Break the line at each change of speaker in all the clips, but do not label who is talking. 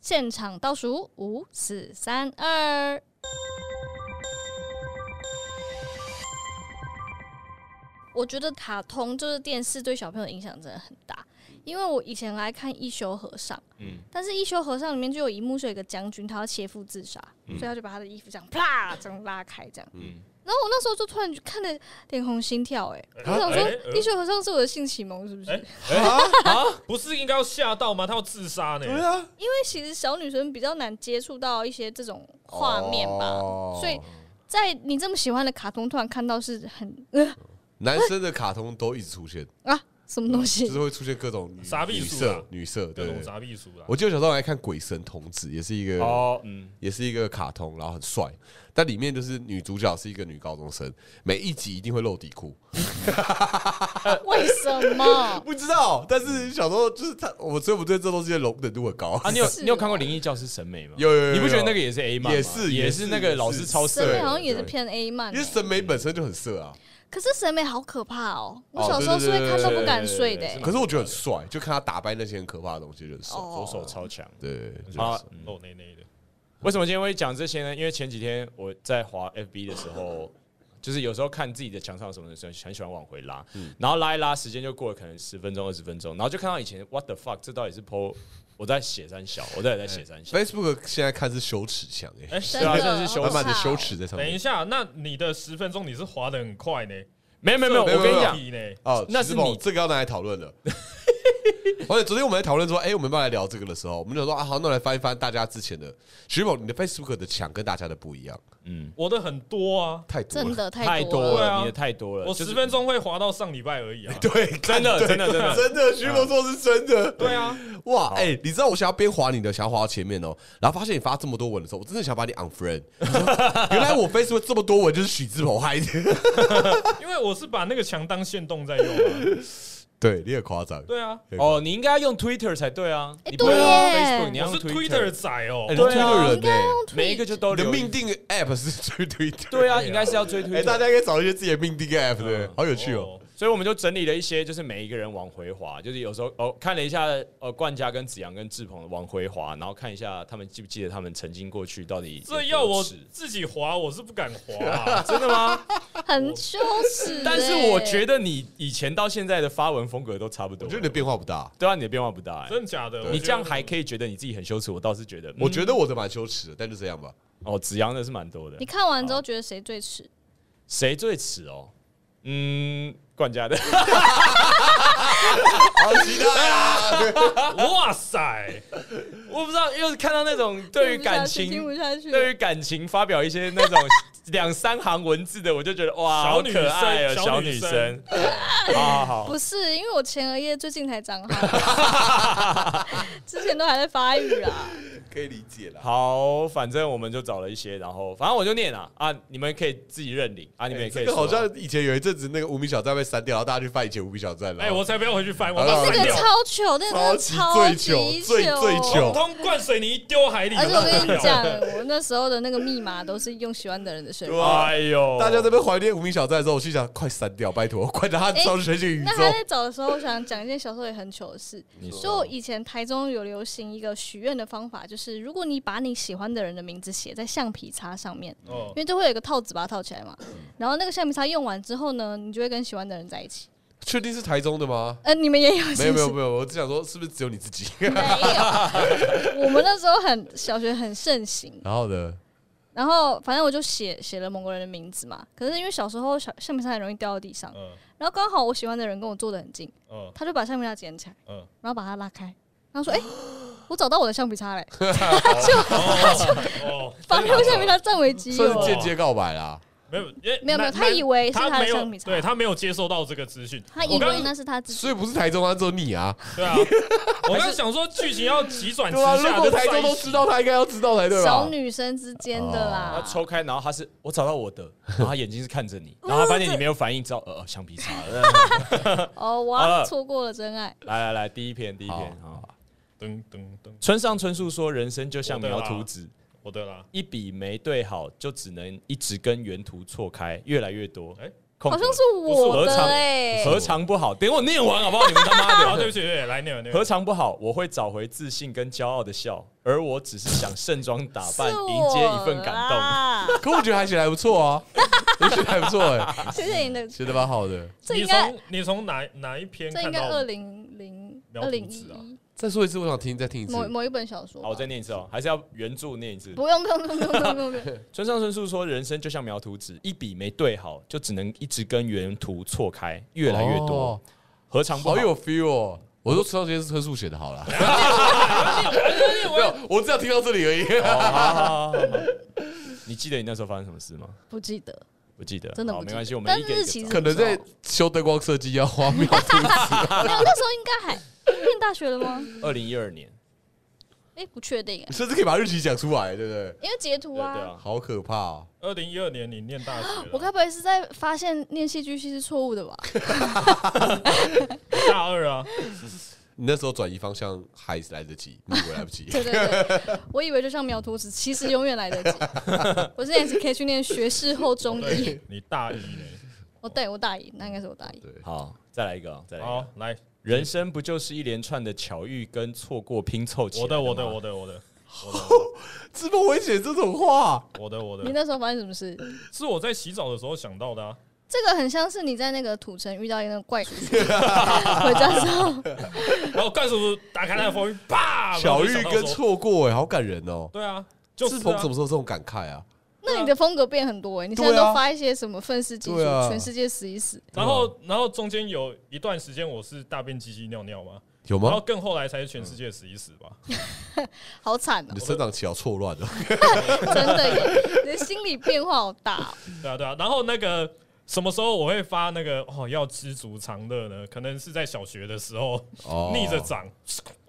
现场倒数五、四、三、二。我觉得卡通就是电视对小朋友的影响真的很大，因为我以前来看《一休和尚》，
嗯，
但是《一休和尚》里面就有一幕是有一个将军，他要切腹自杀，
嗯
所以他就把他的衣服这样啪这样拉开，这样。
嗯，
然后我那时候就突然就看得脸红心跳、欸，哎，
啊
我想说
哎
《一休和尚》是我的性启蒙是不是？
哎
因
啊， 不是应该要吓到吗？他要自杀
对
呢。
啊，
为其实小女生比较难接触到一些这种画面吧，
哦
所以在你这么喜欢的卡通突然看到是很、呃
男生的卡通都一直出现，
啊什 么东
就
嗯
西
是会出现各种女
傻逼
女
鼠啊
色、女色，
各
对
种
对。对
杂技术啦。
我记得小时候还看《鬼神童子》，也是一个
哦，嗯，
也是一个卡通，然后很帅，但里面就是女主角是一个女高中生，每一集一定会露底裤，
为什 么？
不知道。但是小时候就是他，我所以我对这东西的容忍度 很高。
啊，你有
是
你有看
哦
过《灵异教师》审美吗？
有有有有
你不觉得那个也是 A 漫吗？
也是也
也
是
是那个老师超
审
色
美
的，
好像也是
对
偏 A 漫、
因为
欸，
审美本身就很色啊，
可是审美好可怕哦、我
哦
小时候是会看到
对对对
不敢睡的、
对对对
欸。
可是我觉得很帅，就看他打败那些很可怕的东西就很帅。
哦
左手超强。
对，就
啊，
哦
露内内的。
为什么今天会讲这些呢？因为前几天我在滑 FB 的时候， 就是有时候看自己的墙上有什么的时候，很喜欢往回拉，
嗯
然后拉一拉，时间就过了可能十分钟、二十分钟，然后就看到以前 What the fuck，这到底是 PO 我在写三小，我到底在写三小？
Facebook 现在看是羞耻墙哎，
哎，
真
对啊
的，
真的是羞
好
满
耻
可
满的
怕哦
羞耻在上
等一
面。
下，那你的十分钟你是滑的很快呢？
没有没有没有，
没有
我跟你
没有
讲，
屁呢？
哦，
那是
其实我
你
这个要拿来讨论了。 而且昨天我们在讨论说，哎、我们要不要来聊这个的时候，我们就说啊，好，那我来翻一翻大家之前的。徐某，你的 Facebook 的墙跟大家的不一样，
嗯，
我的很多啊，
太多了
真。的
太
多
多
了对
了，
啊
你的太多了，
我
就
十
是
分钟会滑到上礼拜而已啊。
对，
真的真的真的
真的，徐某说是真的。
嗯
对啊，
哇，哎、你知道我想要边滑你的，想要滑到前面哦，然后发现你发这么多文的时候，我真的想把你 unfriend。原来我 Facebook 这么多文就是许志鹏害的。
啊因为我是把那个墙当线洞在用啊。
对，你很夸张。
对啊，
哦，你应该要用 Twitter 才对啊，
哎
你不要用
对耶
Facebook，你要
我
用
是 Twitter 仔哦
哎，你。
对啊
推的人呢、
每一个就都
你的
留一
命定 app 是推推特。
对啊，应该是要追
哎、
推
大
特。
家可以找一些自己的命定 app 的，好有趣哦。
所以我们就整理了一些，就是每一个人往回滑，就是有时候哦看了一下呃冠家跟子阳跟志鹏往回滑，然后看一下他们记不记得他们曾经过去到底有多
这要我
耻
自己滑，我是不敢滑啊。
真的吗？
很羞耻欸、
但是我觉得你以前到现在的发文风格都差不多，
我觉得你的变化不大，
对啊，你的变化不大哎、
真的假的？
你这样还可以觉得你自己很羞耻，我倒是觉得，
我
嗯
觉得我的蛮羞耻的，但就这样吧。
哦，子阳的是蛮多的
欸你，看完之
哦
后觉得谁最耻？
谁最耻哦？嗯，冠家的，
好期待啊！
哇塞，
我不知道，又是看到那种对于感情
听不下去，
对于感情发表一些那种两三行文字的，我就觉得哇，
小
好
女
可爱哦，
生
小
小
女
女
生
生。
好好好，
不是因为我前额叶最近才长好， 之前都还在发育啊。
可以理解啦。
好，反正我们就找了一些，然后反正我就念啊啊，你们可以自己认领啊，你们也可以
哎这
说。
个好像以前有一阵子那个无名小站被删掉，然后大家去翻以前无名小站了。
哎，我才不要回去翻，我
好
把
了
那
它
个
删掉，
超糗，那个真的超级
哦超级最糗最最糗
通通灌水泥丢海里。
而且哎我跟你
我
讲，我那时候的那个密码都是用喜欢的人的身份。
哇
哎呦，
大家在那边怀念无名小站的时候，我心想：快删掉，拜托，快让它消失进宇
那
宙
还。在找的时候，我想讲一件小时候也很糗的事。
你说
就以前台中有流行一个许愿的方法，就是如果你把你喜欢的人的名字写在橡皮擦上面，
哦
因为就会有一个套子把它套起来嘛。
嗯
然后那个橡皮擦用完之后呢，你就会跟喜欢的人在一起。
确定是台中的吗？
呃，你们也有是不是？
没有没 有没有，我只想说是不是只有你自己？
没有，我们那时候很小学很盛行，
然后呢？
然后反正我就写写了某个人的名字嘛。可是因为小时候小橡皮擦很容易掉到地上，
嗯
然后刚好我喜欢的人跟我坐得很近，
嗯
他就把橡皮擦捡起来，
嗯，
然后把它拉开，然后说：“哎、我找到我的橡皮擦嘞！”
哦，
把那个橡皮擦占为己
算
有
是。间接告白啦。
没有，因为
没有没有，
男
他以为是
他
他的
没有
橡皮，擦，
对他没有接收到这个资讯，
他以
我刚
为那是他自己。
所以不是台中啊，只有你啊。
对啊，我刚想说剧情要急转直
对啊，如
下，
果
就在
台中都知道，他应该要知道才对吧？
小女生之间的
他
啦，
抽开，然后他是我找到我的，然后他眼睛是看着你，然后他发现你没有反应，知道呃呃橡皮擦。呃
哦，哇，错过了真爱。
来来来，第一篇第一篇
好
啊。
噔噔噔，
村上春树说：“人生就像描图纸，
我的啦，
一笔没对好，就只能一直跟原图错开，越来越多。
哎
空格
好像是
不
我
是
的
合
哎、
何尝不好？等我念完好不好？你们他妈的
啊，！对不起，对不起来那个那
何
个，
尝不好？我会找回自信跟骄傲的笑，而我只是想盛装打
是
扮，
我
迎接一份感动。
啦
可我觉得还写的还不错啊， 我觉得还不错哎，
谢谢你 的，
写的蛮好的。
这
你
应该
从你从哪哪一篇
这应
看
该二
到？
零零
瞄
二零
图
一
纸啊
一
再说一次，我想听，再听一次。
某某一本小说吧。
好，我再念一次哦，还是要原著念一次。
不用不用不用不用不用不用不用，
村上春树说：“人生就像描图纸，一笔没对好，就只能一直跟原图错开，越来越多
哦。，
何尝不
好
好？
有 feel 哦。我说迟到时间是车速写的好了， 没有，我只想听到这里而 已。
哦 好好好好好你记得你那时候发生什么事吗？
不记得，
不记得，
真的
好
不记
没
得。
关系，我们
但
一
是
个一
日
个
期
找
是
可能
不知
在
道
修灯光设计要花秒。
没有，那时候应该还念大学了吗？
二零一二年，
哎、不确定哎、
你 甚至可以把日期讲出来，对不对？
因为截图
对对
啊。
啊，
好可怕哦！
二零一二年你念大学了，
我该不会是在发现念戏剧系是错误的吧？
大二啊，
你那时候转移方向还来得及，你以为来不及？
对对对，我以为就像描图纸，其实永远来得及。我之前是可以去念学士后中医，
对，你大 一呢。
哦，对我大一，那应该是我大一。
对，
好，再来一个哦，再来一个。
好，来，
人生不就是一连串的巧遇跟错过拼凑起来
我的，
吗
我的，我的，我的，
怎么会写这种话？
我的，我
你
的，
那时候发生什么事？
是我在洗澡的时候想到的啊。
这个很像是你在那个土城遇到一个怪叔叔，回家之后，
然后怪叔叔打开那个风云， 啪，
巧遇
然后就想
跟
到说，
错过，哎，好感人哦！
对啊，就是
自
啊
从什么时候这种感慨啊？
那你的风格变很多哎、你现在
对啊
都发一些什么愤世嫉俗
对啊，
全世界死一死。
然
哦
后，然后中间有一段时间我是大便、鸡鸡、尿尿嘛，
有
然后
吗？
更后来才是全世界死一死吧。
好惨哦
你、的生长期好错乱哦。
真的耶， 你的心理变化好大、哦。
嗯
对啊，对啊。然后那个什么时候我会发那个哦要知足常乐呢？可能是在小学的时候
哦
逆着，长。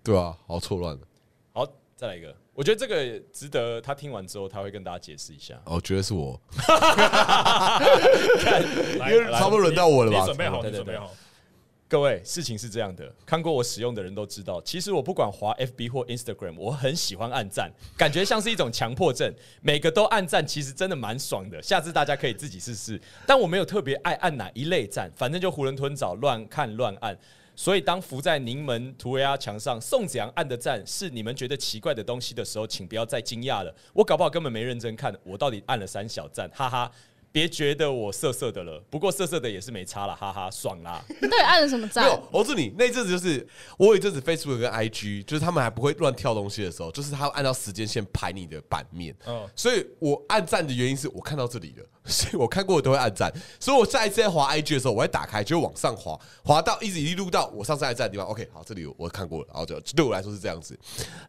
对啊，好错乱。
好，再来一个。我觉得这个值得他听完之后，他会跟大家解释一下。
哦，绝对是我，
来
因为差不多轮到我了吧哦
你准备好，
对对
你准
对
备好。
各位，事情是这样的，看过我使用的人都知道，其实我不管滑 FB 或 Instagram，我很喜欢按赞，感觉像是一种强迫症。每个都按赞，其实真的蛮爽的。下次大家可以自己试试。但我没有特别爱按哪一类赞，反正就囫囵吞枣，乱看乱按。所以当浮在柠檬涂维阿墙上宋子阳按的赞是你们觉得奇怪的东西的时候，请不要再惊讶了。我搞不好根本没认真看，我到底按了三小赞，哈哈。别觉得我色色的了，不过色色的也是没差了，哈哈，爽啦。
你到底按了什么
没有
赞？，
我是你那一阵子就是，我有一阵子 Facebook 跟 IG，就是他们还不会乱跳东西的时候，就是他按照时间线排你的版面。
嗯
所以我按赞的原因是我看到这里了， 所以我看过的都会按赞。所以我下一次在滑 IG 的时候，我会打开就会往上滑，滑到一直一路到我上次按赞的地方。OK，好，这里我我看过了，然后就对我来说是这样子。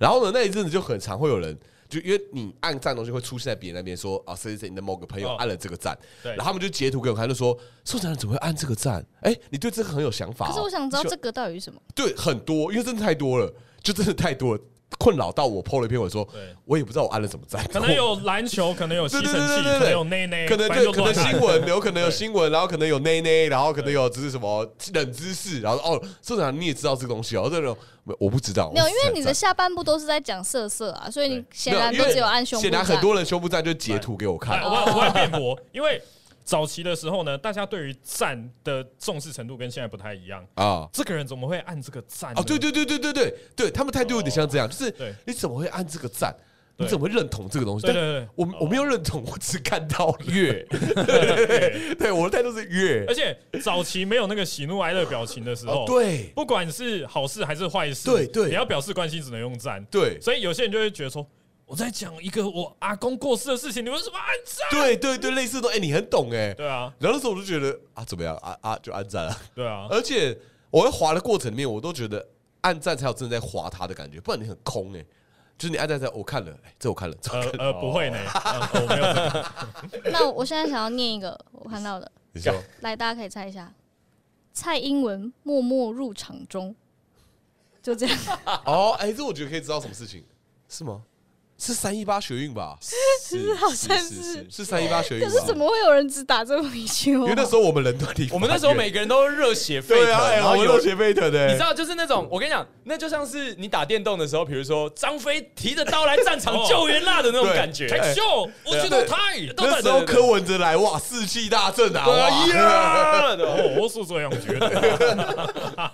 然后呢，那一阵子就很常会有人。就因为你按赞的东西会出现在别人那边，说啊，谁谁谁你的某个朋友
哦
按了这个赞，
对
然后他们就截图给我看，就说宋佳人怎么会按这个赞？哎、你对这个很有想法、哦。
可是我想知道
就
这个到底是什么？
对，很多，因为真的太多了，就真的太多了，困扰到我 PO 了一篇文说
对，
我也不知道我按了什么赞，
可能有篮球，可能有吸尘
对对对对
器，
对
可能有内内，
可能
反正
对，
就
可能
乱按
新闻有可能有新 闻，然后可能有内内，然后可能有只是什么冷知识，然后说哦，社长你也知道这个东西哦，这种没我不知道，
没有，
我
因
只
为
按
你的
赞
下半部都是在讲色色啊，所以你显
啊
然
没有因
都
为
只有按胸部
显
赞。
然很多人胸部赞就截图给我
哎
看，
我我会辩驳，因为早期的时候呢，大家对于赞的重视程度跟现在不太一样。
啊。
这个人怎么会按这个赞呢？
哦，对对对对对对对，他们态度有点像这样，就是
哦对
你怎么会按这个赞？你
对
怎么会认同这个东西？
对对哦对
但我我没有认同，我只看到了。
月。
对，我的态度是月
而。且早期没有那个喜怒哀乐表情的时候，
哦，对
不管是好事还是坏事，
对对
你要表示关心只能用赞。
对
所以有些人就会觉得说，我在讲一个我阿公过世的事情，你为什么按赞？
对对对，类似的，哎、你很懂哎、
对啊，
然后那时候我就觉得啊，怎么样啊啊，就按赞了。
对啊，
而且我在滑的过程里面，我都觉得按赞才有真的在滑它的感觉，不然你很空哎、就是你按赞在，我看了，哎、这我看了，这我
呃
看了。
呃，不会呢，呃 我没有
啊
这个。
那我现在想要念一个我看到的，
你说
来，大家可以猜一下。蔡英文默默入场中，就这样。
哦，哎、这我觉得可以知道什么事情是吗？是三一八学运吧？
是
好像
是是
是
是
是三一八学运 吧。
可是怎么会有人只打这么一句话？
因为那时候我们人都离，
我们那时候每个人都热血沸腾，
对啊，哎
然后
我们
有
热血沸腾的，哎
你知道，就是那种，我跟你讲，那就像是你打电动的时候，比如说张飞提着刀来战场救援啦的那种感觉。
太哎秀，哦我觉得太都
那
在
时
这
候柯文哲来哇，士气大振啊！哇，
呀，
哦，我是这样觉得。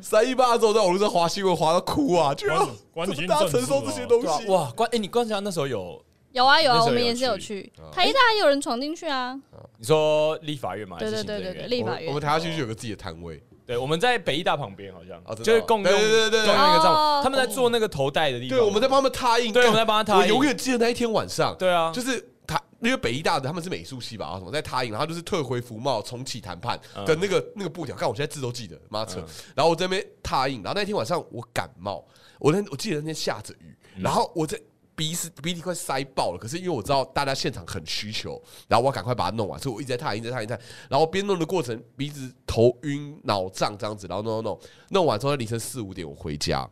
三一八之后在网络上滑新闻滑到哭啊，就
关关
怎么
你军
大家
政
承受
府
这
啊
些东西？
哇，关哎，你关晓那时候有
有啊有
那时
啊，
候
我们
有
也是有
去
去，
哦
台一大也有人闯进去啊，
你说立法院吗？还
对
是
对
行
对
政
对对，
院？
立
我
法
们我们
院
台下区就有个自己的摊位，
对，我们在北医大旁边，好像
哦真的哦
就是共用，
对对对对
共用一个帐
哦
篷。他们在做那个头戴的地方。
对，我们在帮他们踏印，
对
干
我们在帮他踏
我
印
永远记得那一天晚上，
对啊，
就是他，因为北医大的他们是美术系吧，然后什么在他营，然后就是退回服贸，重启谈判的那个那个布条，看我现在字都记得，妈扯
嗯！
然后我在那边踏印，然后那天晚上我感冒，我那我记得那天下着雨，
嗯
然后我在。鼻子鼻涕快塞爆了，可是因为我知道大家现场很需求，然后我要赶快把它弄完，所以我一直在踏印，一直在踏印，一直在踏印。然后边弄的过程，鼻子头晕、脑胀这样子，然后弄弄弄，弄完之后凌晨四五点我回家，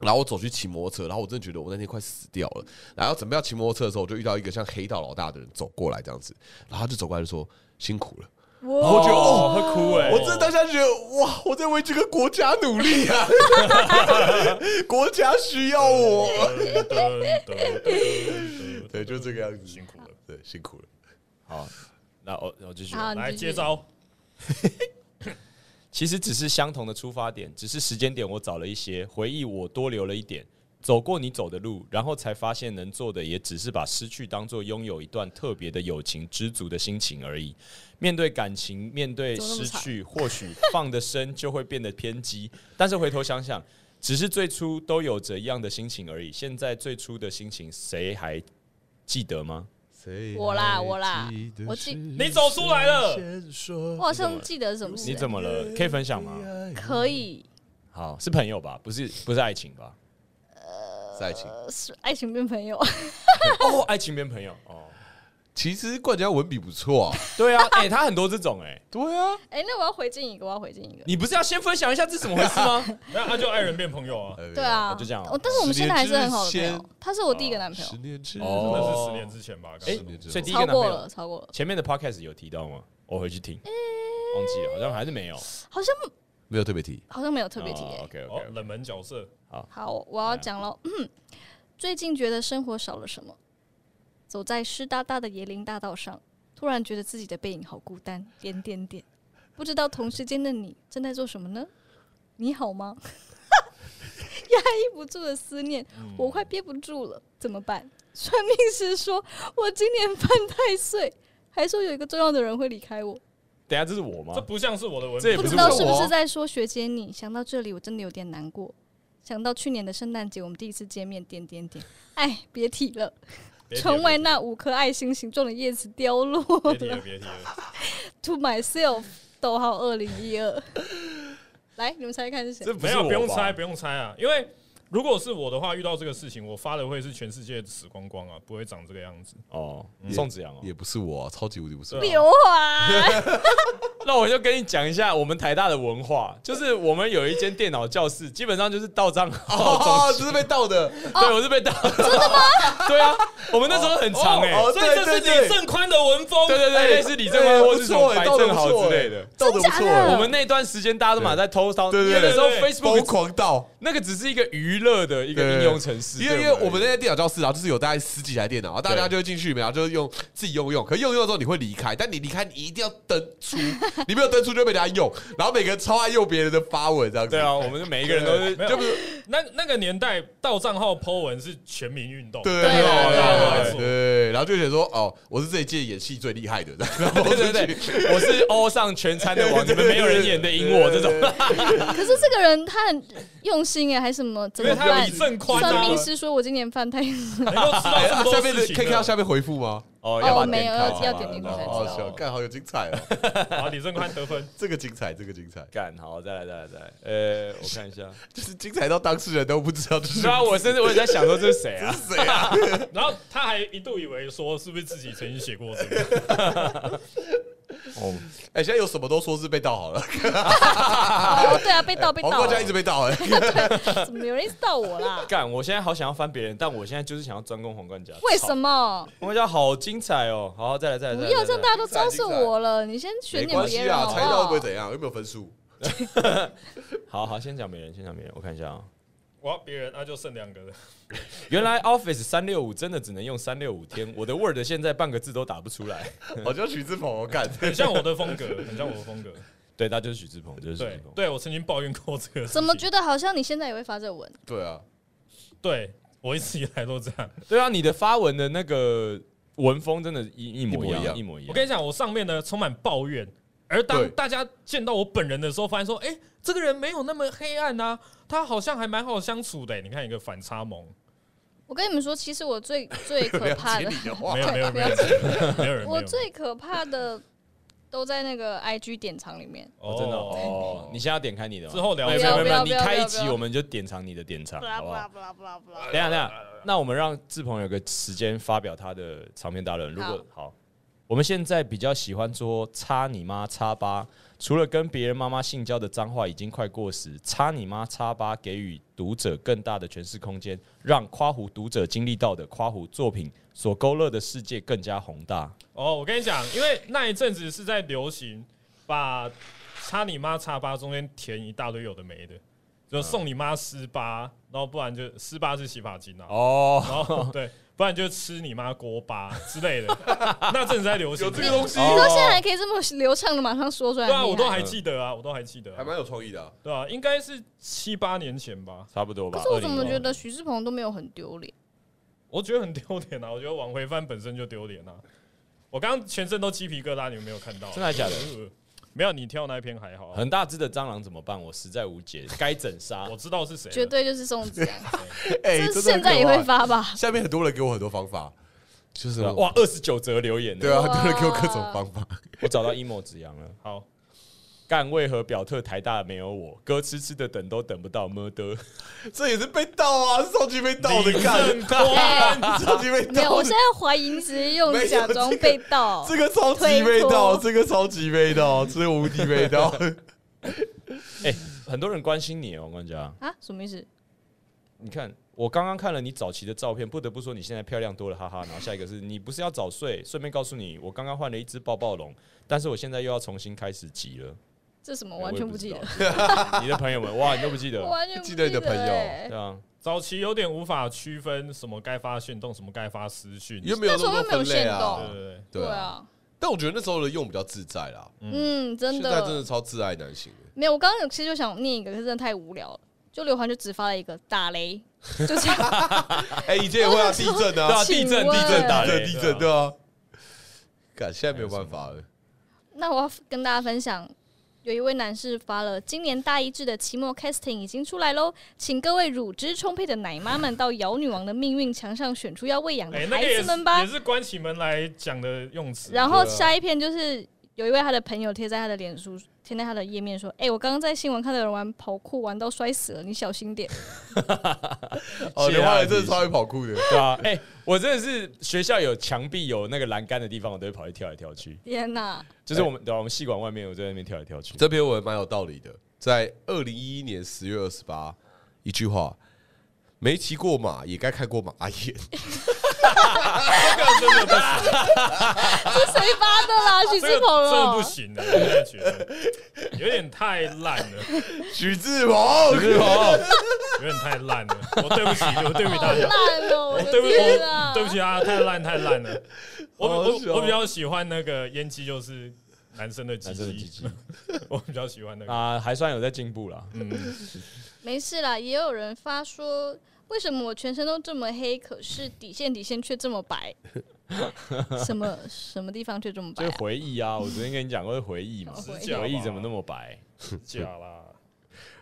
然后我走去骑摩托车，然后我真的觉得我那天快死掉了。然后准备要骑摩托车的时候，我就遇到一个像黑道老大的人走过来这样子，然后他就走过来就说辛苦了。
哇
我觉得哦
哦，会哭 哎，
我真的当下就觉得哇，我在为这个国家努力 啊，国家需要
哦哎
我。
噔噔噔噔
对，就这个样子，
辛苦了。
对，辛苦了。
好，那我我继续。
好，你
来
继续
接招，
其实只是相同的出发点，只是时间点我早了一些，回忆我多留了一点，走过你走的路，然后才发现能做的也只是把失去当做拥有一段特别的友情知足的心情而已。面对感情，面对失去，或许放的深就会变得偏激，但是回头想想，只是最初都有着一样的心情而已。现在最初的心情，谁还记得吗？
我啦我啦我记
你走出来了。
我好像记得什么事
你怎么了？可以分享吗？
可以
好，是朋友吧？不是，不是爱情吧？
在一起。
呃是爱情变朋友，
哦，爱情变朋友哦。
其实冠家文笔不错啊，
对啊， 哎、他很多这种哎、
对啊，
哎，那我要回敬一个，我要回敬一个，
你不是要先分享一下这怎么回事吗？
那啊他就爱人变朋友
哎
啊，
对，啊，
就这样哦
哦，但是我们现在还是很好的
十
朋
年之
友，他是我第一个男朋
十
友，
年之
哦
那
后，
是十年之前吧？
哎、
刚刚
所以第一个
超
男朋
过
友
了，超过了，
前面的 podcast 有提到吗？我回去听，忘记了，好像还是没有。
好像
没有特别提，
好像没有特别提耶。
OK
哦
OK，，
冷门角色，
好，我要讲了。 最近觉得生活少了什么？走在湿哒哒的椰林大道上，突然觉得自己的背影好孤单，点点点。不知道同时间的你正在做什么呢？你好吗？ 压抑不住的思念，我快憋不住了，怎么办？算命师说我今年犯太岁，还说有一个重要的人会离开我，
等一下这是我吗
这？不像是我哦的文
这也
笔
不
不
知
是
道
我
是不是在说学姐你？想到这里，我真的有点难过。想到去年的圣诞节，我们第一次见面，点点点，哎，别提了。
别提了
窗外那五颗爱心形状的叶子凋落
别提了，
了。
别提了，
To myself，逗号二零一二。来，你们猜看是谁？
这不
没
是
有，
我
不用
吧
猜，。不用猜啊，因为如果是我的话，遇到这个事情，我发的会是全世界死光光啊，不会长这个样子。
哦，宋子阳哦，
嗯也不是我啊，超级无敌不是我。
对啊
刘华。
那我就跟你讲一下我们台大的文化，就是我们有一间电脑教室，基本上就是到账号
哦，
总
这是被盗的，
对，我是被盗。
哦
真的吗？ 对啊，我们那时候很长哎、
哦哦
所以这
对
是
对对
李正宽的文风，
对对对，类似李正
哎
宽
不
或是什么
错哎
白
盗得
正
不
豪
错
之
哎
类的。
盗的不
真假的
错，
我们那段时间大家都满在偷盗，
对对
因为那时候
对对
Facebook
疯狂盗。
那个只是一个娱乐的一个应用程式，
因为因
对
为
而
我们那
言
些电脑教室啊，就是有大概十几台电脑，然后大家
对
就会进去，然后就是用自己用用，可用用之后你会离开，但你离开你一定要登出，你没有登出就会被人家用，然后每个人超爱用别人的发文这样子。
对啊，我们就每一个人都是
没
就
有，那那个年代盗账号 Po 文是全民运动，
对
对
对
对
对
对
对
对，然后就觉得说哦，我是这一届演戏最厉害的，然后
对对对，我是欧上全餐的王，你们没有人演得赢我这种。
可是这个人他很用心哎，还什么？怎
因
么
为他有
办
李？正宽
算
啊
命，师说我今年 犯太岁。
能够知道这么
哎下
多
啊
面的
事
可以
情
看到
的。
下面回复吗？
哦
哦
把
没有
点开
要
好
点进去
好
才哎知道
好好
好笑，看好有精彩哦，
啊，李正宽得分，
这个精彩，这个精彩，
干好，再来再来再来，呃，我看一下，
就是精彩到当事人都不知道这是
对 啊，我甚至我也在想说这是谁啊？
谁啊？
然后他还一度以为说是不是自己曾经写过这个，
哦，
哎、现在有什么都说是被盗好了，
哦，对啊，被 盗被
黄
盗
瓜，酱一直被盗 哎、
怎么有人一直盗我 啦？
干！我现在好想要翻别人，但我现在就是想要专攻皇冠家。
为什么？
皇冠家好精彩哦！好，再来，再来，
不
再来
要这
再
样，
来
大家都招数我了，你先选
没
点
关
别
系
人
啊，
好
猜
好
到会不会？怎样？有没有分数？
好好，先讲别人，先讲别人，我看一下啊。
我要别人，那就剩两个了。
原来 Office 三六五真的只能用三六五天，我的 Word 现在半个字都打不出来。
好像徐志鹏哦干，
很像我的风格，很像我的风格。
对，那就是许志鹏，就是许志
对
鹏，。
对我曾经抱怨过这个事情。
怎么觉得好像你现在也会发这文？
对啊，
对我一直以来都这样。
对啊，你的发文的那个文风真的一一模一样，
一
一模一
我
样。
跟你讲，我上面呢充满抱怨，而当
对
大家见到我本人的时候，发现说，哎、这个人没有那么黑暗啊，他好像还蛮好相处的、欸你看一个反差萌，
我跟你们说，其实我 最最可
了
怕
解
的，
你的话
没，有没有
不
没
要
有没有人没有，
我最可怕的都在那个 IG 典藏里面。
哦，真的哦，你现在要点开你的吗
之后聊
没有
不
没
要
有没有，
不
你
要不要
开一
不要
集我们就典藏你的典藏，
不啦
好
不
不好
啦？不啦不啦不啦。
等一下等一下，那我们让志鹏有个时间发表他的长篇大论。如果好，我们现在比较喜欢说“擦你妈擦吧”，除了跟别人妈妈性交的脏话已经快过时，“擦你妈擦吧”给予读者更大的诠释空间，让夸胡读者经历到的夸胡作品所勾勒的世界更加宏大。
哦，我跟你讲，因为那一阵子是在流行把插你妈插巴中间填一大堆有的没的，
嗯
就送你妈湿巴，然后不然就湿巴是洗发精啊，
哦，
然后 对，不然就吃你妈锅巴之类的， 那阵子在流行
有这个东西
你到现在还可以这么流畅的马上说出来，
对啊，
很厉
我都
害
还记得啊，我都还记得啊、
还蛮有创意的啊、
对啊，应该是七八年前吧。
差不多 吧。
可是我怎么
啊
2020
觉得徐志鹏都没有很丢脸？
我觉得很丢脸啊，我觉得往回翻本身就丢脸啊。我刚刚全身都鸡皮疙瘩，你们没有看到啊？
真的假的
呃？没有，你跳那一篇还好啊、
很大只的蟑螂怎么办？我实在无解，该整杀
我。知道是谁了，
绝对就是宋子阳，
哎、
这
真的
现在也
很可
会
怕。
发吧？
下面很多人给我很多方法，就是
对啊
哇，
哇，二十九则留言呢，
对啊，很
哇
多人给我各种方法。
我找到 emo 子阳了。
好。
干为何表特台大没有我？哥痴痴的等都等不到，么的。
这也是被盗啊，是超级被盗的，
李
干
正，宽，
超级被
啊没有，
盗
我
的
现。在怀疑你只是用
没有
假装被盗。
这个超级被盗，这个超级被盗， 这个无敌被 盗。
哎、很多人关心你哦，王冠佳。
啊，什么意思？
你看，我刚刚看了你早期的照片，不得不说你现在漂亮多了，哈哈。然后下一个是你不是要早睡？顺便告诉你，我刚刚换了一只抱抱龙，但是我现在又要重新开始挤 了。
这什么
我
完全不记得，
得。你的朋友们，哇，你都不记得
我？完全不
啊记得你的朋友
欸
对啊，
早期有点无法区分什么该发现动，什么该发私讯。对
又没有那么多
那时候又
分类
没有
啊
限
对，对，
对
对啊。
啊，
但我觉得那时候的用比较自在啦，
嗯，真
现在真
的
的超自爱男性 的。
没有。我刚刚有其实就想念一个，可是真的太无聊了。就刘环就只发了一个打 雷，就这样。
哎，以前也会啊，地震
对啊，
啊，
地震，
请问
地震打
地震，
雷。
地震，对啊。干，现在没有办法了。
那我要跟大家分享，有一位男士发了今年大一制的期末 casting 已经出来喽，请各位乳汁充沛的奶妈们到姚女王的命运墙上选出要喂养的
哎、那
孩
个也
子
是
们吧。
也是关起门来讲的用词。啊
然后下一篇就是有一位他的朋友贴在他的脸书，贴在他的页面说：“哎、我刚刚在新闻看到有人玩跑酷玩到摔死了，你小心点。
哦，
谢谢
刘
啊
华也真的超会跑酷的。
对啊，哎、我真的是学校有墙壁有那个栏杆的地方，我都会跑去跳来跳去”。
天哪，
就是我们，对啊，我们戏馆外面，我在那边跳来跳去。
这篇我也蛮有道理的，在二零一一年十月二十八，一句话。没骑过马，也该看过马 眼。
这个真的不 行，
这谁发的啦？许
啊这
志
个
鹏
真的
哦
不，行的，我现在觉得有点太烂了，
徐志 鹏，
对哦，
有点太烂了。我对不起，我对不起
好
大家。
烂哦、我
我
的
对不起，
天啊！
我对不起啊，太烂太烂了。我
好
比
笑
我我比较喜欢那个烟机，就是男生的鸡
男生的鸡
鸡，
鸡
我比较喜欢那个。
啊，还算有在进步啦。
没事啦，也有人发说，为什么我全身都这么黑，可是底线底线却这么白？ 什么什么地方却这么白、
就是
啊？
回忆啊，我昨天跟你讲过是回忆嘛，
回
忆
回忆怎么那么白？
假啦，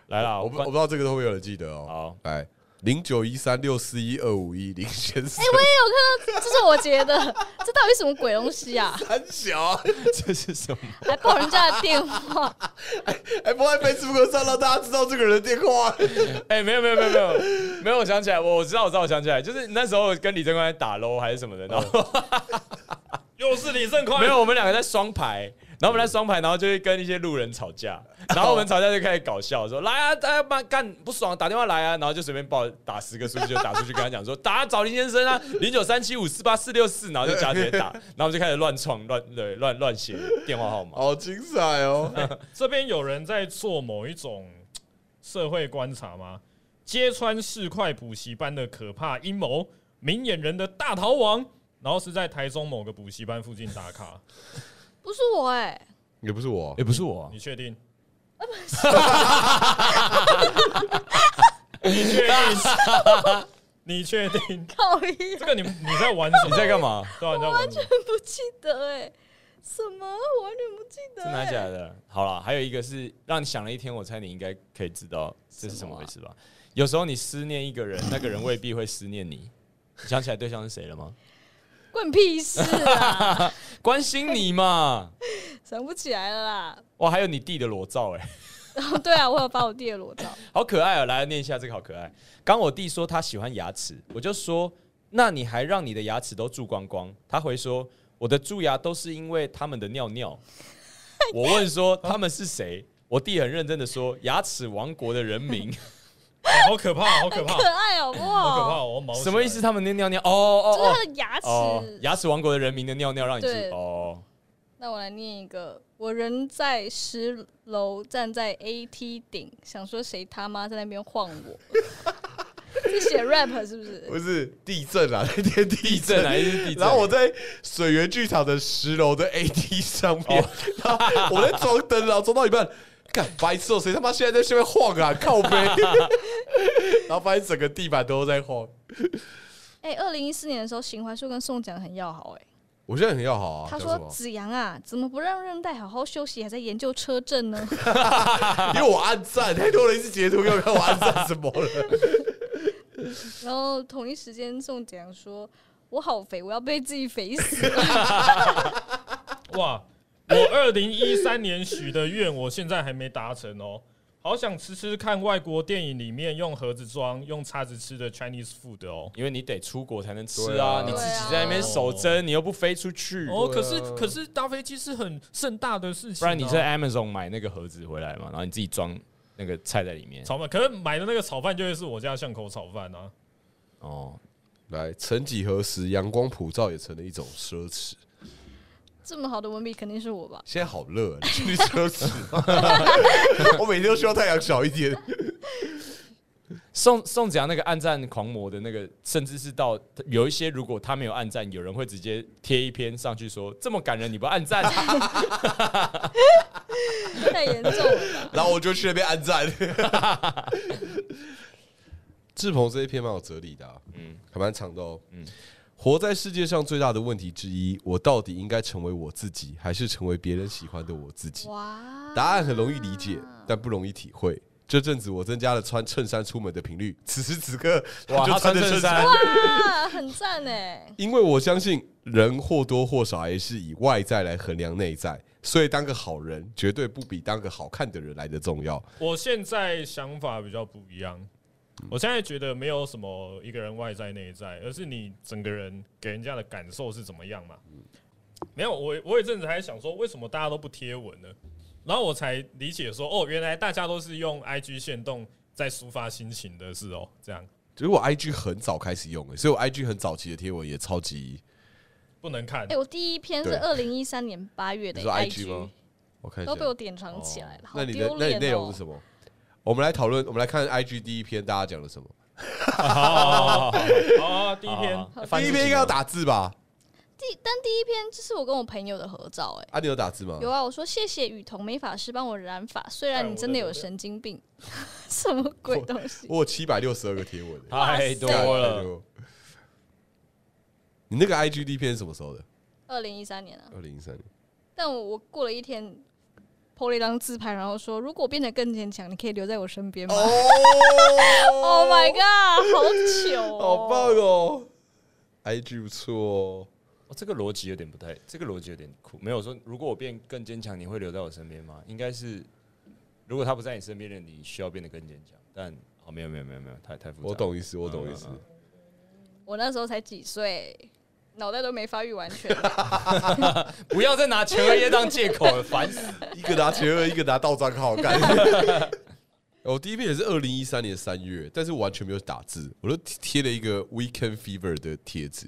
来啦，
我
我
不我
们
不知道这个会不会有人记得哦。
好，
来，零九一三六四一二五一林先生，
哎
我也有看到，这是我截的， 这到底什么鬼东西啊？
很小啊，
这是什么？
还报人家的电话，
哎，不在 Facebook 上让大家知道这个人的电话。
哎，没有没有没有没有没有，我想起来，我我知道我知道我想起来，就是那时候跟李正宽在打 LO 还是什么的，然后
又是李正宽，
没有，我们两个在双排，然后我们在双排，然后就会跟一些路人吵架，然后我们吵架就开始搞笑，说来啊，大家妈干不爽，打电话来啊，然后就随便报打十个数据就打出去，跟他讲说 打找林先生啊，零九三七五四八四六四，然后就加直接 打，然后我们就开始乱创乱对乱乱写电话号码。
好精彩哦！
这边有人在做某一种社会观察吗？揭穿市侩补习班的可怕阴谋，明眼人的大逃亡，然后是在台中某个补习班附近打卡。
不是我哎、
也不是我
也、，不是我啊
你，确定？ 你确定？ 你确定？
靠呀，
这个你你在玩什么？
你在干？ 嘛？
对啊，你在玩什么？
不记得哎、什么？我完全不记得、
真
欸。
的假的？好了，还有一个是让你想了一天，我猜你应该可以知道这是怎么回事吧？有时候你思念一个人，那个人未必会思念你。你想起来对象是谁了吗？
关你屁事啊！
关心你嘛！
想不起来了啦。
哇，还有你弟的裸照、欸，哎，
然后对啊，我有把我弟的裸照。
好可爱哦、来念一下这个，好可爱。刚我弟说他喜欢牙齿，我就说那你还让你的牙齿都蛀光光？他回说我的蛀牙都是因为他们的尿 尿。我问说他们是谁？我弟很认真的说牙齿王国的 人民。
哎好可怕，好可怕，
可爱好不
好可怕！哦
好？
我毛起来
什么意思？？他们的尿尿？哦哦
就是
哦
他的牙齿。
哦，牙齿王国的人民的尿尿让你
对
吃哦。
那我来念一个：我人在十楼，站在 AT 顶，想说谁他妈在那边晃我？ 是写 rap 是不
不
是？
是地震啊， 那天地
地震还是地震？
然后我在水源剧场的十楼 的 AT 上面，
哦
然后我在装灯，然后装到一半，干白痴哦，谁他妈现在在下面晃 啊？靠背， 然后发现整个地板都在晃。
哎、2二零一四年的时候，邢怀树跟宋蒋很要好、哎。
我现在很要好
哦
啊，
他
讲什
说
么：“
子阳啊，怎么不让韧带好好休息，还在研究车震呢？
因为我暗赞，太多人一直截图给我看，我暗赞什么了？
然后同一时间，宋子阳说：“我好肥，我要被自己肥死。
哇！我二零一三年许的愿，我现在还没达成哦。好想吃吃看外国电影里面用盒子装、用叉子吃的 Chinese food 哦。
因为你得出国才能吃
对
啊
啊，
你自己在那边守
对
贞，你又不飞出去，
哦，可是
对啊
可是搭飞机是很盛大的事情啊、
不然你在 Amazon 买那个盒子回来嘛，然后你自己装那个菜在里面。
炒饭，可是买的那个炒饭就会是我家巷口炒饭啊。
哦，
来，曾几何时，阳光普照也成了一种奢侈。”
这么好的文笔，肯定是我吧？
现在好 热，啊你去奢侈吗。我每天都希望太阳小一点。
宋宋子阳那个暗战狂魔的那个，甚至是到有一些如果他没有暗战，有人会直接贴一篇上去说这么感人你不暗 战，
太严重 了吧。
然后我就去那边按赞。志鹏这一篇蛮有哲理的、啊，嗯，还蛮长的哦。嗯，活在世界上最大的问题之一，我到底应该成为我自己，还是成为别人喜欢的我自己？
哇
答案很容易理解，但不容易体会。这阵子我增加了穿衬衫出门的频率，此时此刻
哇，
就
他穿
着
衬
衬
衫，
啊，很赞哎！
因为我相信人或多或少还是以外在来衡量内在，所以当个好人绝对不比当个好看的人来的重要。
我现在想法比较不一样，我现在觉得没有什么一个人外在内在，而是你整个人给人家的感受是怎么样嘛。没有，我我有一阵子还想说，为什么大家都不贴文呢？然后我才理解说，哦，原来大家都是用 IG 限动在抒发心情的是哦，这样
其实我 IG 很早开始用、欸，所以我 IG 很早期的贴文也超级，
不能看
哎，。我第一篇是
对
二零一三年八月的
你说
IG，,
IG 吗？我看一下
都被我典藏起来了，好
那你的
丢
那你
脸
内容
哦
是！什么？我们来讨论，我们来看 IG 第一篇大家讲了什么？
哦，第一篇
好
翻
第一
出去
篇应该要打字吧？
第但第一篇就是我跟我朋友的合照哎。
啊，你有打字吗？
有啊，我说谢谢雨桐美发师帮我染发，虽
哎
然你真的有神经病， 什么鬼东西？
我有七百六十二个贴文、欸，
太多
哇塞
太
了。
多。你那个 IG 第一篇是什么时候的？
二零一三年啊，
二零一三 年。
但我我过了一天。p 了一张自拍，然后说：“如果我变得更坚强，你可以留在我身边吗、o h Oh my god，好糗、哦！
好棒哦！IG 不错哦，
哦这个逻辑有点不太，这个逻辑有点酷。没有说，如果我变更坚强，你会留在我身边吗？应该是，如果他不在你身边的，你需要变得更坚强。但哦，
嗯
没有没有没有没有，太太复杂。
我懂意思，我懂意思。
我那时候才几岁，脑袋都没发育完全，
不要再拿前额叶当借口了，烦死！
一个拿前额，一个拿倒账号 干。我第一篇也是二零一三年三月，但是我完全没有打字，我就贴了一个 Weekend Fever 的贴纸。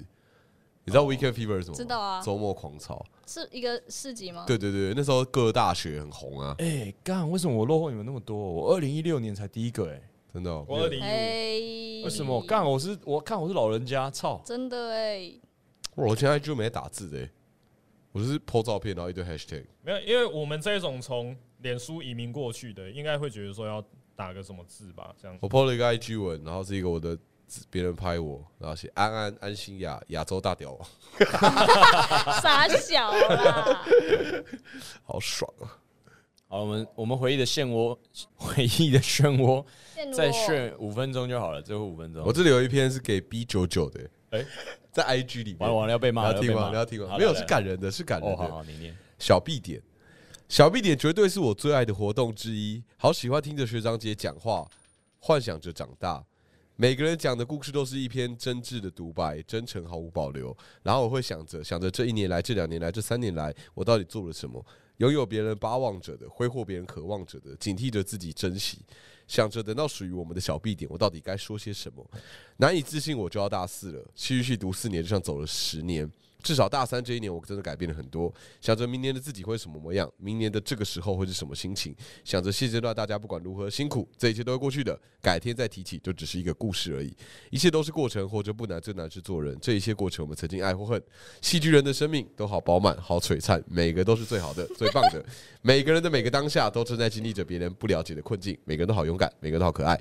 你知道 Weekend Fever 是什么吗？
知道啊哦
周末狂潮。
是一个市集吗？
对对对，那时候各大学很红啊，
哎，干，为什么我落后你们那么多？我二零一六年才第一个，哎，
真的哦。
我二零一
哎，
为什么？干，我是我看我是老人家，操！
真的哎，
我现在就没打字的欸，我就是 po 照片，然后一堆 hashtag。
五没有，因为我们这种从脸书移民过去的，应该会觉得说要打个什么字吧，这样。
我 po 了一个 IG 文，然后是一个我的别人拍我，然后写安安安心亚亚洲大屌王，
傻小啊啦，
好爽啊！
好，我们我们回忆的漩涡， 回忆的漩 涡，
陷入
再
我
炫五分钟就好了，最后五分钟
我。这里有一篇是给 B 九九的，哎
哎，
在 IG 里面，
完完了要被
你
骂，
要
要
听
被
吗？
骂
你要听吗？
好
没有
来
是
来
感人的，是感
哦，
人
好
的。
好，你念。
小 B 点，小 B 点绝对是我最爱的活动之一。好喜欢听着学长姐讲话，幻想着长大。每个人讲的故事都是一篇真挚的独白，真诚毫无保留。然后我会想着想着，这一年来、这两年来、这三年来，我到底做了什么？拥有别人巴望着的，挥霍别人渴望着的，警惕着自己珍惜，想着等到属于我们的小 B 点，我到底该说些什么？难以置信，我就要大四了，继续读四年，就像走了十年。至少大三这一年，我真的改变了很多。想着明年的自己会是什么模样，明年的这个时候会是什么心情，想着现阶段大家不管如何辛苦，这一切都会过去的，改天再提起，就只是一个故事而已。一切都是过程，活着不难，最难是做人。这一切过程，我们曾经爱或恨，戏剧人的生命都好饱满，好璀璨，每个都是最好的、最棒的。 每个人的每个当下，都正在经历着别人不了解的困境，每个人都好勇敢，每个人都好可爱。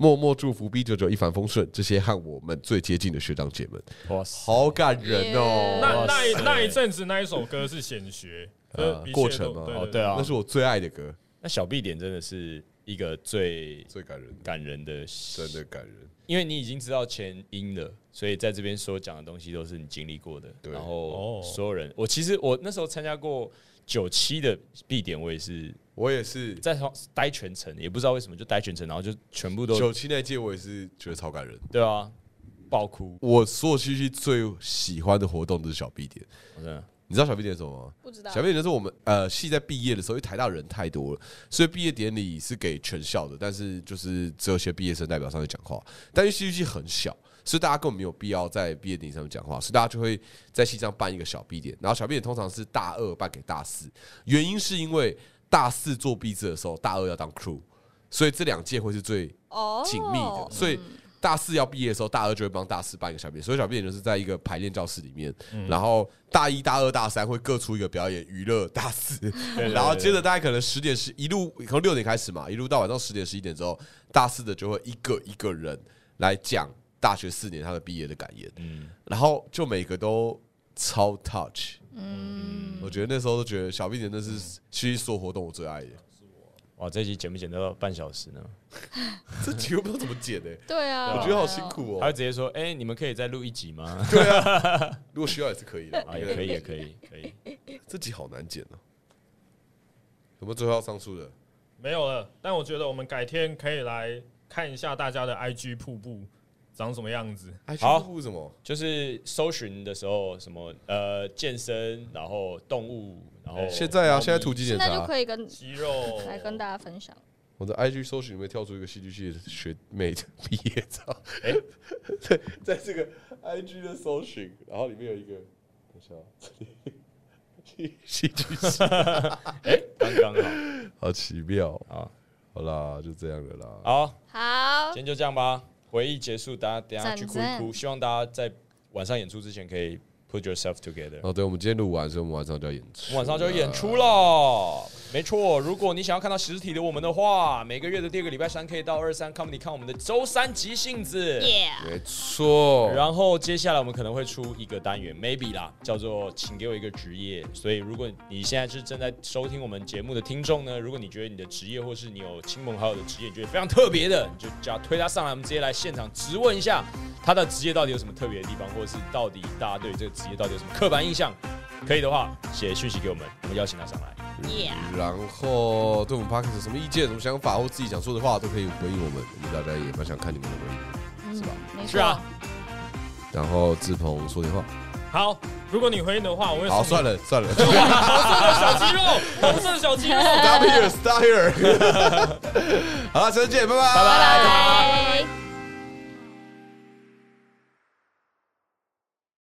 默默祝福 B 九九一帆风顺，这些和我们最接近的学长姐们，
哇塞，
好感人哦！
那
哇
那一
塞
那一阵子那一首歌是显学，
呃
就是一切
过程
都
吗
哦，
对
对
对，
啊
那，是我最爱的歌，
那小 B 点真的是一个最
最感人的，
感人的，
真的感人。
因为你已经知道前因了，所以在这边所讲的东西都是你经历过的。
对
然后
哦
所有人，我其实我那时候参加过九七的 B 点，我也是
我也是
在待全程，也不知道为什么就待全程，然后就全部都
九七那届，我也是觉得超感人。
对啊，爆哭，
我所有七七最喜欢的活动都是小 B 点，
真的。
你知道小 B 点是什么吗？
不知道
小 B 点就是我们呃系在毕业的时候，因为台大人太多了，所以毕业典礼是给全校的，但是就是只有一些毕业生代表上去讲话。但是戏剧系很小，所以大家根本没有必要在毕业典礼上面讲话，所以大家就会在系上办一个小 B 点，然后小 B 点通常是大二办给大四，原因是因为大四做毕制的时候，大二要当 crew，所以这两届会是最
哦，
紧密的，所以大四要毕业的时候，大二就会帮大四办一个小便，所以小便就是在一个排练教室里面，
嗯
然后大一、大二、大三会各出一个表演娱乐大四，
对
然后接着大概可能十点十一路从六点开始嘛，一路到晚上十点十一点之后，大四的就会一个一个人来讲大学四年他的毕业的感言，
嗯
然后就每个都超 touch，嗯，我觉得那时候都觉得小 B 点那
嗯
是其实所有活动我最 爱的，
哇，这集剪不剪到半小时呢？
这题我不知道怎么解的、
对啊，
我觉得好辛苦
他会
哦。
直接说：“哎、你们可以再录一集吗？”
如果需要也是可以的，
啊，也可以，也可以，可以。
这集好难剪哦、有没有最后要上诉的？
没有了。但我觉得我们改天可以来看一下大家的 IG 瀑布长什么样子。
哎，
好
全部什么？
就是搜寻的时候，什么呃健身，然后动物，然后
现在啊，
猫咪
现在突击
现
检
在就
查，
可以跟
肌肉
来跟大家分享，
我的 IG 搜寻里面跳出一个戏剧系的学妹的毕业照。哎、
哎
在在这个 IG 的搜寻，然后里面有一个，等一下啊，这里戏剧系，
刚刚
好奇妙。
好，
好啦，就这样了啦。
好，好，
好
今，天就这样吧。回忆结束，大家等一下
赞
去哭一哭。
赞
希望大家在晚上演出之前可以 put yourself together。
哦，对，我们今天录完，所以我们晚上就要演出
我们。晚上就要演出了，没错。如果你想要看到实体的我们的话，每个月的第二个礼拜三可以到二三 comedy 看我们的周三即兴子。
耶，
没错，
然后接下来我们可能会出一个单元，maybe 啦，叫做“请给我一个职业”。所以如果你现在是正在收听我们节目的听众呢，如果你觉得你的职业或是你有亲朋好友的职业，你觉得非常特别的，你就只要推他上来，我们直接来现场质问一下他的职业到底有什么特别的地方，或者是到底大家对这个职业到底有什么刻板印象。可以的话，写讯息给我们，我们邀请他上来。
耶，
然后对我们 Parkes 有什么意见、什么想法或自己想说的话，都可以回应我们。我们大家也蛮想看你们的回应。
嗯，没
是啊
错，
然后志鹏说点话，
好，如果你回应的话，我会
好，
送
算
你
了算了
红色的小肌肉，红色的小肌 肉。
，Stop here，Stop here。好了，陈姐，拜拜，拜
拜拜。